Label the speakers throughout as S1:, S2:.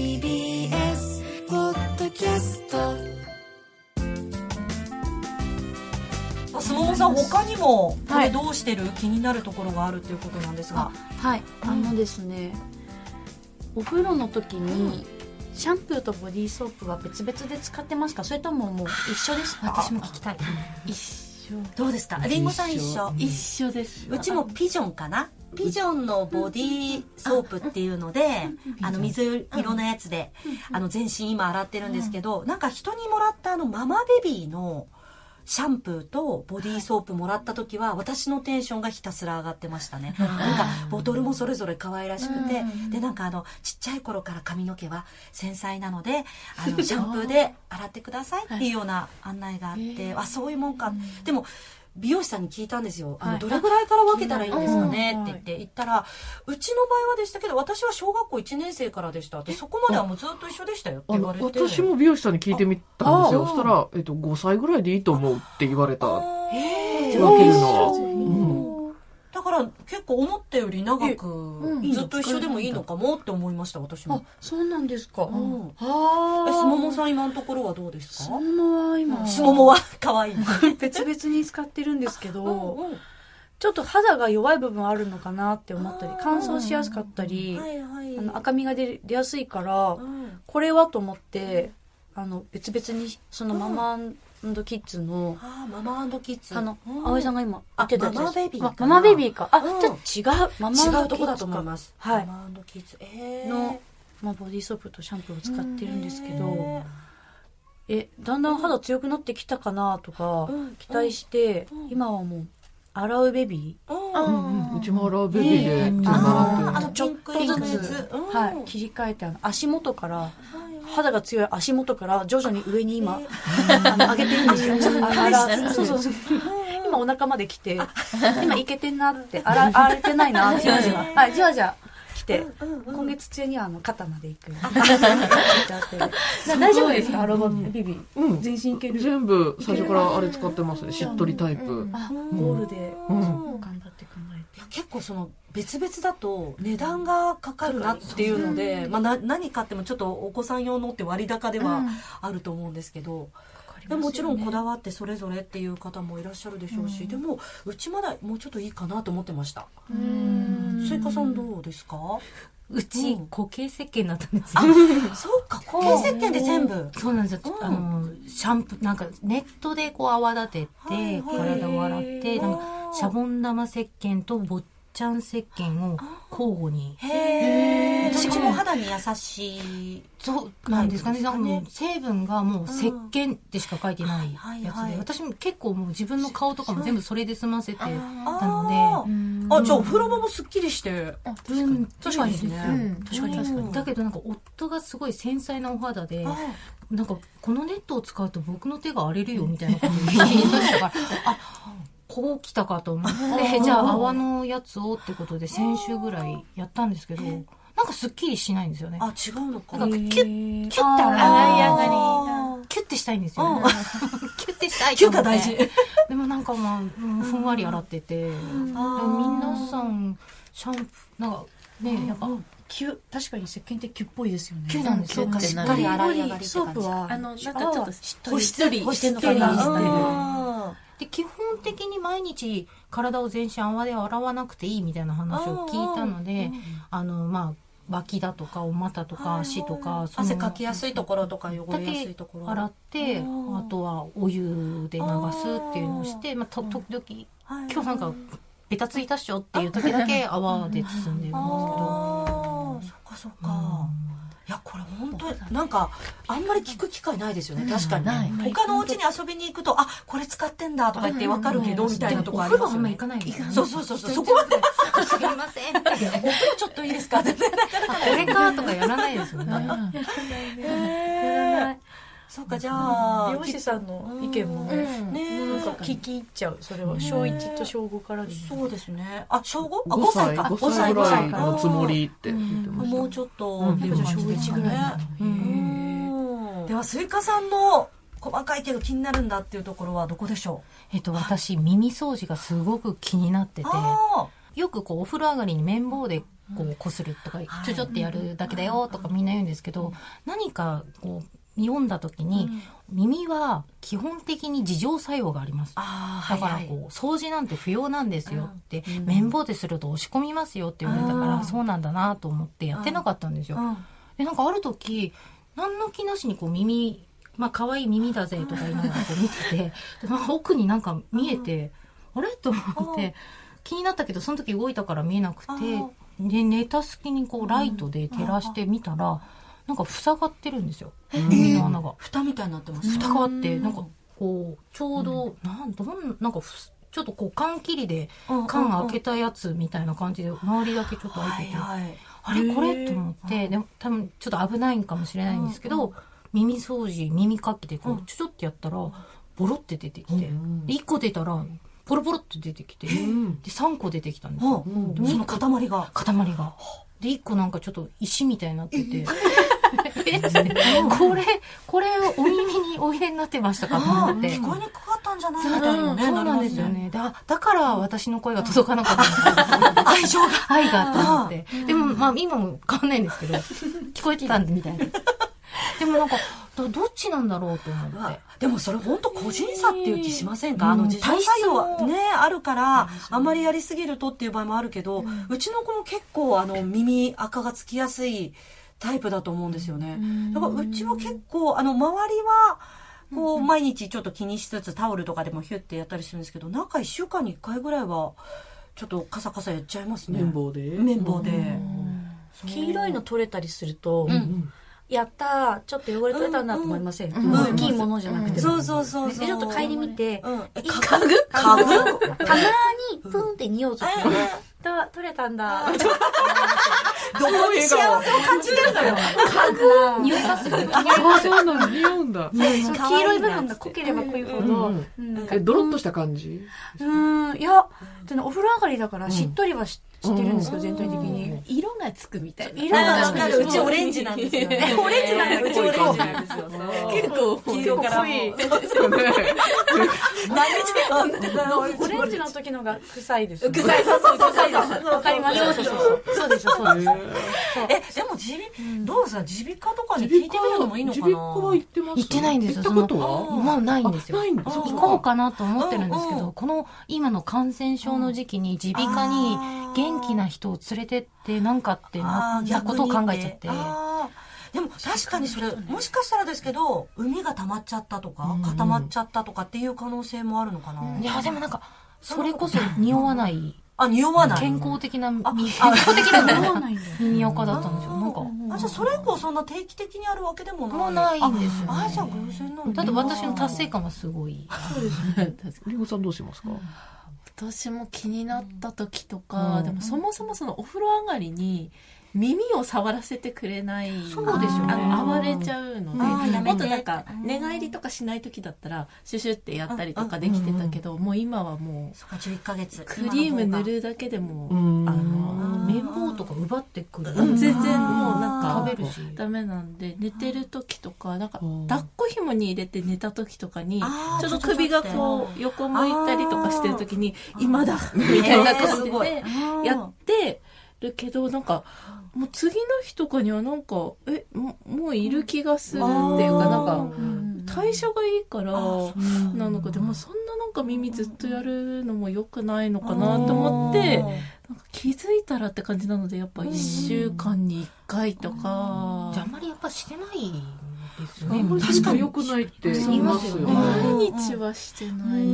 S1: TBS ポッドキャスト
S2: スモモさん他にもこ
S3: は
S2: れ
S3: い
S2: どうしてる、気になるところがあるっていうことなんですが
S3: はい、
S2: うん
S3: あのですね、お風呂の時に、シャンプーとボディーソープは別々で使ってますかそれとももう一緒ですか
S2: 私も聞きたい
S3: 一緒
S2: どうですかりんごさん一緒
S3: 一緒です
S2: うちもピジョンかなピジョンのボディーソープっていうのであの水色のやつであの全身今洗ってるんですけどなんか人にもらったあのママベビーのシャンプーとボディーソープもらった時は私のテンションがひたすら上がってましたねなんかボトルもそれぞれ可愛らしくてでなんかあのちっちゃい頃から髪の毛は繊細なのであのシャンプーで洗ってくださいっていうような案内があってあそういうもんかでも美容師さんに聞いたんですよあ
S3: は
S2: の
S3: い
S2: どれぐらいから分けたらいいんですかね
S3: うん
S2: って言って言ったらうちの場合はでしたけど私は小学校1年生からでしたってそこまではもうずっと一緒でしたよって
S4: あ
S2: 言
S4: の
S2: われて
S4: 私も美容師さんに聞いてみたんですよ
S2: あ
S4: そしたら、えっと、5歳ぐらいでいいと思うって言われた
S2: あ
S3: え
S2: ー
S4: ー分けるのは
S2: うんだから結構思ったより長く
S3: えうん
S2: ずっと一緒でもいいのかもって思いました私
S3: あ
S2: も
S3: そうなんですか、
S2: ん
S3: あ
S2: えすもも
S3: ん
S2: さん今のところはどうです
S3: す
S2: か
S3: ももは今
S2: すももは可愛い
S5: 別々に使ってるんですけど、
S2: うんうん
S5: ちょっと肌が弱い部分あるのかなって思ったり
S2: あー
S5: 乾燥しやすかったり、
S2: はいはい
S5: あの赤みが出る出やすいから、
S2: うん
S5: これはと思ってあの別々にそのママキッズの、
S2: あーママキッズ
S5: あの、
S2: う
S5: 葵さんが今言ってたやつです
S2: あママベビーか
S5: あママベ
S2: う
S5: ビーかあ、
S2: ん
S5: じゃあ違うママ
S2: 違うとこだと思い
S5: す、
S2: ます。
S5: はい
S2: ママキッズ。えー、
S5: のまあ、ボディーソープとシャンプーを使ってるんですけ
S2: う
S5: ど
S2: ん
S5: えだんだん肌強くなってきたかなとか
S2: うん
S5: 期待して、
S2: うん
S5: 今はもう洗うベビ
S2: うん
S4: うんうんうちもラーベビーでちょっと
S2: あー
S4: 習
S2: あ
S4: って
S2: のピンク色のやつ。うん
S5: ー、はい、切り替えてあの足元から
S2: は
S5: 肌が強い足元から徐々に上に今、あの上げてる んですよ。あらそうそうそう。今お腹まで来て、今いけてんなって、あら、荒れてないな、じわじわ。はい、じわじわ来て、今月中にはあの肩まで行く。大丈夫ですかアロバビビ。
S4: うん
S5: 全身いける。
S4: 全部最初からあれ使ってますねしっとりタイプ
S5: あ、
S2: い
S5: ゴールで
S4: うん
S5: 頑張って考え
S2: いや結構その別々だと値段がかかるなっていうので、まあ、な何買ってもちょっとお子さん用のって割高ではあると思うんですけど、
S5: て。
S2: でもちろんこだわってそれぞれっていう方もいらっしゃるでしょうし、でもうちまだもうちょっといいかなと思ってましたスイカさんどうですか
S6: うち
S2: うん
S6: 固形石鹸だったんですよ、
S2: そうか固形石鹸で全部
S6: そうなんですよ、
S2: うん
S6: あのシャンプーなんかネットでこう泡立てて、
S2: はいはい
S6: 体を洗ってなんかシャボン玉石鹸と坊ちゃん石鹸を交互に
S2: へえどっ
S6: し
S2: ち
S6: か
S2: も
S6: も
S2: 肌に優しい
S6: そうなんですか
S2: タイプですかね
S6: ねなんかもう成分がもう石鹸ってしか書いてないやつで、
S2: はいはいはい
S6: 私も結構もう自分の顔とかも全部それで済ませてたので
S2: あーあじゃあお風呂場もすっきりして
S6: うん確かに
S2: いいですね
S6: うん確かに確か
S2: うん
S6: にだけどなんか夫がすごい繊細なお肌で
S2: あ
S6: なんかこのネットを使うと僕の手が荒れるよみたいなことを言いました からあこう来たかと思ってじゃあ泡のやつをってことで先週ぐらいやったんですけどなんかすっきりしないんですよね
S2: あ違うのか
S6: なんかキュッキュッて
S2: あ
S6: 洗い上がり
S2: が
S6: キュッてしたいんですよねキュッてしたい
S2: キ
S6: と
S2: ュッ
S6: 思
S2: が
S6: って
S2: 大事
S6: でもなんかまあうんふんわり洗ってて皆さんシャンプーなんかねやっぱ
S5: キュ確かに石鹸ってキュッぽいですよね。
S6: キュッなんですよ
S4: うんキュッてなる
S5: ボディ
S2: 洗い上がりっ
S5: ボディ
S2: て感じ
S5: ソープは、
S3: あのなんかちょっとしっとり
S2: 保
S3: してんの
S2: か
S3: か
S2: な
S3: な
S6: で基本的に毎日体を全身泡で洗わなくていいみたいな話を聞いたのであのまあ脇だとかお股とか足とかその
S2: 汗かきやすいところとか汚
S6: だ
S2: れやすい
S6: け
S2: ところ
S6: 洗って
S2: うん
S6: あとはお湯で流すっていうのをしてまあと時々
S2: 今
S6: 今日なんかベタついたっしょっていう時だけ泡で包んでるんですけど
S2: ああそっかそっかいやこれ本当になんかあんまり聞く機会ないですよね確かにね他のお家に遊びに行くとあこれ使ってんだとか言ってわかるけどみたいなとこ
S6: お
S2: あ
S6: 風
S2: り
S6: 呂
S2: ます
S6: あん
S2: よ
S6: ま行
S2: ね
S6: かないですよね
S2: そうそうそうそうそこまで
S6: 知りませんって言って
S2: お風呂ちょっといい ですかって
S6: あこれかとかやらないですよね
S2: そうかじゃあ
S5: 美容師さんの意見もね、
S2: ねえ
S5: なんか聞き入っちゃうそれは小1と小5からで
S2: そうですねあ小 5? あ
S4: 5
S2: 5
S4: 歳
S2: 歳か
S4: 5歳ぐらい
S2: か
S4: のつもりって言ってました
S2: もうちょっとっていう感じですかね
S5: うんやっぱ
S2: うんうんではスイカさんの細かいけど気になるんだっていうところはどこでしょう
S6: えっと、私、耳掃除がすごく気になってて、
S2: あ
S6: よくこう、お風呂上がりに綿棒でこうこするとかちょちょってやるだけだよとかみんな言うんですけど何かこう読んだ時に耳は基本的に自浄作用があります
S2: ああ
S6: だから
S2: はいはい
S6: こう掃除なんて不要なんですよって綿棒ですると押し込みますよって言われたか
S2: あー
S6: らそうなんだなと思ってやってなかったんですよ
S2: うん
S6: でなんかある時何の気なしにこう耳まあ可愛い耳だぜとか言いながらこう見て てでまあ奥になんか見えて、あれと思って気になったけどその時動いたから見えなくて
S2: ー
S6: で寝た隙にこうライトで照らしてみたら、なんか塞がってるんですよ耳の穴が。
S2: 蓋みたいになってます
S6: 蓋があってなんかこうちょうど、なんどんなんかふすちょっとこう缶切りで缶開け
S2: て
S6: たやつみたいな感じで周りだけちょっと開いてて。
S2: はいはい
S6: あれこれと思って、でも多分ちょっと危ないんかもしれないんですけど、耳掃除、耳かきでこう、ちょちょってやったら、ボロって出てきて、で、1個出たら、ポロポロって出てきて、で、3個出てきたんですよ。
S2: うんうんその塊が
S6: 塊が。で、1個なんかちょっと石みたいになってて、 えっつってこれ、これをお耳にお入れになってましたかと
S2: あ
S6: 思
S2: ー
S6: って。
S2: 聞こえにくかったんじゃない
S6: そう
S2: みたいなね
S6: なんですよ
S2: り
S6: ね。だだから私の声が届かなかったんですよ
S2: ますよね愛情が
S6: 愛がと思って。でも、まあ、今も変わんないんですけど、聞こえてたんで、みたいな。でもなんか、ど、どっちなんだろうと思
S2: うわ
S6: って。
S2: でもそれ本当個人差っていう気しませんか、
S6: うん
S2: あの自浄作用は
S6: 体質も
S2: ねあるからあんまりやりすぎるとっていう場合もあるけど、うちの子も結構あの耳垢がつきやすいタイプだと思うんですよね、だからうちは結構あの周りはこう毎日ちょっと気にしつつタオルとかでもヒュッてやったりするんですけど中1週間に1回ぐらいはちょっとカサカサやっちゃいますね
S4: 綿棒で
S2: 綿棒で、
S5: 黄色いの取れたりすると、
S4: うん
S5: やったーちょっと汚れ取れたなと思いません、
S2: ん
S5: 大きいものじゃなくても、
S2: そうそうそう
S5: で
S2: そう
S5: ちょっと嗅いでみて、
S2: うんえ
S5: いい
S2: 家具
S5: あ
S2: 家
S5: の
S2: 具
S5: たまにプンって匂うとき、た取れたんだー
S2: どういう幸せを感じてるのよ
S6: 匂いがする。
S4: あそうなの似合うんだ
S5: そう
S2: 可
S5: 黄
S2: 愛いな
S5: 色い部分が濃ければ濃いほ
S4: う
S5: ど、
S4: ん
S5: うん
S4: えドロッとした感じ
S5: うんいやでねお風呂上がりだから
S4: ん
S5: しっとりはし,、してるんです
S4: う
S5: よ
S4: ん
S5: 全体的に
S7: 色がつくみたいな。
S5: 色が
S2: わかるうちオレンジなんですよねオレンジなんだうちオレンジなんですよ
S7: 結構、
S2: 黄色からもうそう
S4: そうね
S2: 何時間
S5: オレンジの時のが臭いです、ね、
S2: 臭いそうそうそうそうそう
S5: わかりますそうそうそうそうですよそうですよ
S2: えでも耳鼻どうさ耳鼻科とかに聞いてみるのもいいのかな
S4: 耳鼻科は行ってます
S6: 行ってないんですよ
S4: 行ったことは
S6: もうないんです
S4: あ
S6: よ
S4: な。いんだ
S2: あ
S4: そっ
S6: 行
S4: か
S6: こうかなと思ってるんですけ
S2: うんうん
S6: ど、この今の感染症の時期に耳鼻科に
S2: あー
S6: 元気な人を連れてってなんかってな
S2: あー
S6: ったことを考えちゃって。
S2: あーでも確かにそれもしかしたらですけど海が溜まっちゃったとか固まっちゃったとかっていう可能性もあるのかな、
S6: いや、でもなんか、それこそ匂わない、
S2: あ匂わない
S6: 健康的な耳、
S2: あ
S6: 健
S2: あ
S6: 康的な
S5: 匂わないんだよ
S6: 耳垢だったんですよ。なんか。
S2: あじゃあそれ以降そんな定期的にあるわけでもない
S6: もうないんですよ、ね。
S2: あじゃあ偶然なん
S6: だって私の達成感はすごい。
S4: りんごさんどうしますか
S7: 私も気になった時とか、
S4: うん
S7: でもそもそもそのお風呂上がりに耳を触らせてくれない
S2: そうですよね
S7: あの暴れちゃうので
S2: あーやめ
S7: も
S2: て
S7: っとなんか寝返りとかしない時だったらシュシュってやったりとかできてたけど、もう今はもう
S2: そっか11ヶ月
S7: クリーム塗るだけでも、
S4: うん
S7: あの
S6: 綿棒とか奪ってくる。
S7: 全然もう
S6: 食
S7: なん
S6: べ
S7: か
S6: るし。
S7: ダメなんで寝てる時とかなんか
S4: うん
S7: 抱っこ紐に入れて寝た時とかに
S2: あー
S7: ちょっと首がこう横向いたりとかしてる時に今だみ
S2: み
S7: たいな
S2: す
S7: 感じ
S2: ごい
S7: でやってるけどなんかもう次の日とかにはなんかえももういる気がするっていうかなんか代謝がいいからなのかでもそんななんか耳ずっとやるのも良くないのかなと思ってなんか気づいたらって感じなのでやっぱ1週間に1回とか
S6: じゃああんまりやっぱしてないですよ
S4: あ
S6: ね。
S4: んまり
S6: 確かに。
S4: 良くないって言いますよ
S6: 言いま
S4: ね
S6: すよね
S7: 毎日はしてない。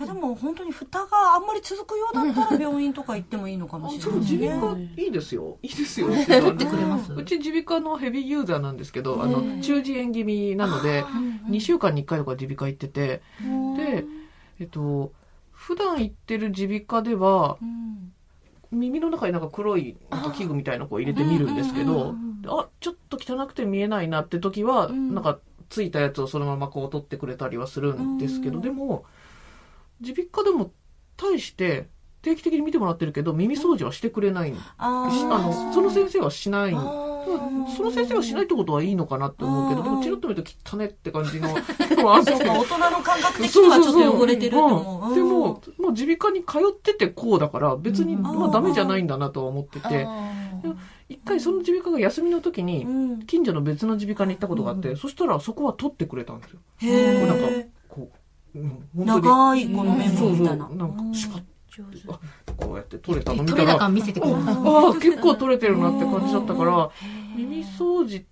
S2: えでも本当に蓋があんまり続くようだったら病院とか行ってもいいのかもし
S4: そ
S2: れ
S4: う
S2: ない
S4: 耳
S2: ね
S4: 鼻科いいですよいいですよって言ってくれますうち耳鼻科のヘビーユーザーなんですけどあの中耳炎気味なので2週間に1回とか耳鼻科行っててでえっと普段行ってる耳鼻科では耳の中になんか黒いなんか器具みたいなのこう入れてみるんですけどあちょっと汚くて見えないなって時は
S2: ん
S4: なんかついたやつをそのままこう取ってくれたりはするんですけ
S2: う
S4: ど
S2: ん
S4: でも耳鼻科でも対して定期的に見てもらってるけど耳掃除はしてくれないんです
S2: あー
S4: あのその先生はしないんその先生がしないってことはいいのかなって思うけど、
S2: うん
S4: でもチラッと見ると汚ねって感じの、 でもあん
S2: そうか、大人の感覚的に
S4: そう
S2: は
S4: そう
S2: ちょっ
S4: そう
S2: と汚れてると思う。
S4: でも、もう耳鼻科に通っててこうだから、別に、
S6: うん
S4: まあダメじゃないんだなとは思ってて、一回その耳鼻科が休みの時
S2: う
S4: に、
S2: ん、
S4: 近所の別の耳鼻科に行ったことがあって、そしたらそこは取ってくれたんですよ。
S2: へ
S4: もうなんか
S2: え。、
S4: こう、うん本当に。
S2: 長いこのメモみたいな。
S4: そうそうなんか、シュパッ
S6: 上手
S4: こうやって取れたの見
S6: 取
S4: た
S6: れ
S4: ら、
S6: 高見せてくれた
S4: ああ、結構取れてるなって感じだったから、耳掃除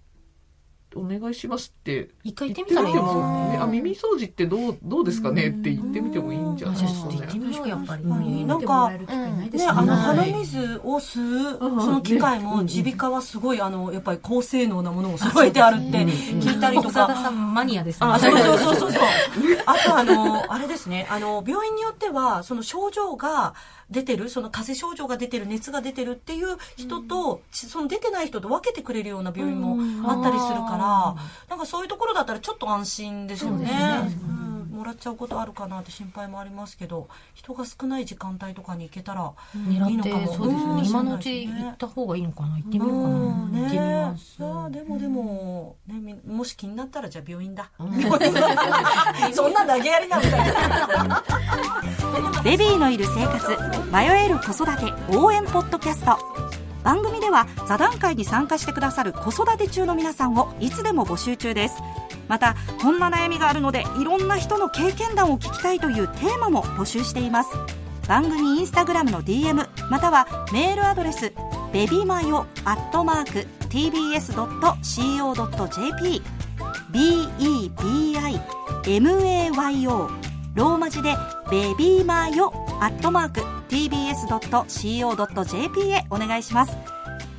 S4: お願いしますって
S6: 一回
S4: 言っ
S6: 行って
S4: て
S6: み
S4: みても
S6: たらいいですよ
S4: ね、あ、耳掃除ってどう、どうですかねって言ってみてもいいんじゃ
S6: あ
S4: ないで
S6: じゃ
S4: す
S6: あちょ
S4: か
S6: っと行って
S4: ね。
S6: みようやっぱり、
S2: うん
S6: 見てもらえる機会ないです
S2: ね、
S6: か
S2: あの
S6: はい
S2: 鼻水を吸う、
S4: うん
S2: その機械も
S4: うん
S2: 耳鼻科はすごいあのやっぱり高性能なものを揃えてあるって聞いたりと
S6: 岡
S2: か
S6: 田さんマニアですね
S2: あ、そうそうそうそうそう。あとあの、あれですね、あの、病院によっては、その症状が出てる、その風邪症状が出てる、熱が出てるっていう人と、ちその出てない人と分けてくれるような病院もあったりするから、なんかそういうところだったらちょっと安心ですよね。うんもらっちゃうことあるかなって心配もありますけど、人が少ない時間帯とかに行けたら、いい
S6: 狙
S2: の
S6: っ
S2: かも
S6: てそう
S2: う
S6: ですよね
S2: ん
S6: 今のうち行った方がいいのかな行ってみようかな
S2: うんね
S6: 行ってみます
S2: いやでもでも、ね、みもし気になったらじゃあ病院だ、 そんな投げやりなみたいなベビーのいる生活迷える子育て応援ポッドキャスト番組では座談会に参加してくださる子育て中の皆さんをいつでも募集中ですまたこんな悩みがあるのでいろんな人の経験談を聞きたいというテーマも募集しています番組インスタグラムの DM またはメールアドレスベビマヨアットマーク tbs.co.jp bebimayo ローマ字でベビーマヨアットマーク tbs.co.jp へお願いします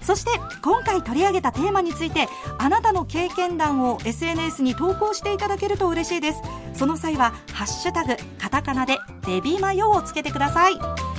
S2: そして今回取り上げたテーマについてあなたの経験談を SNS に投稿していただけると嬉しいですその際は「ハッシュタグカタカナ」で「ベビーマヨ」をつけてください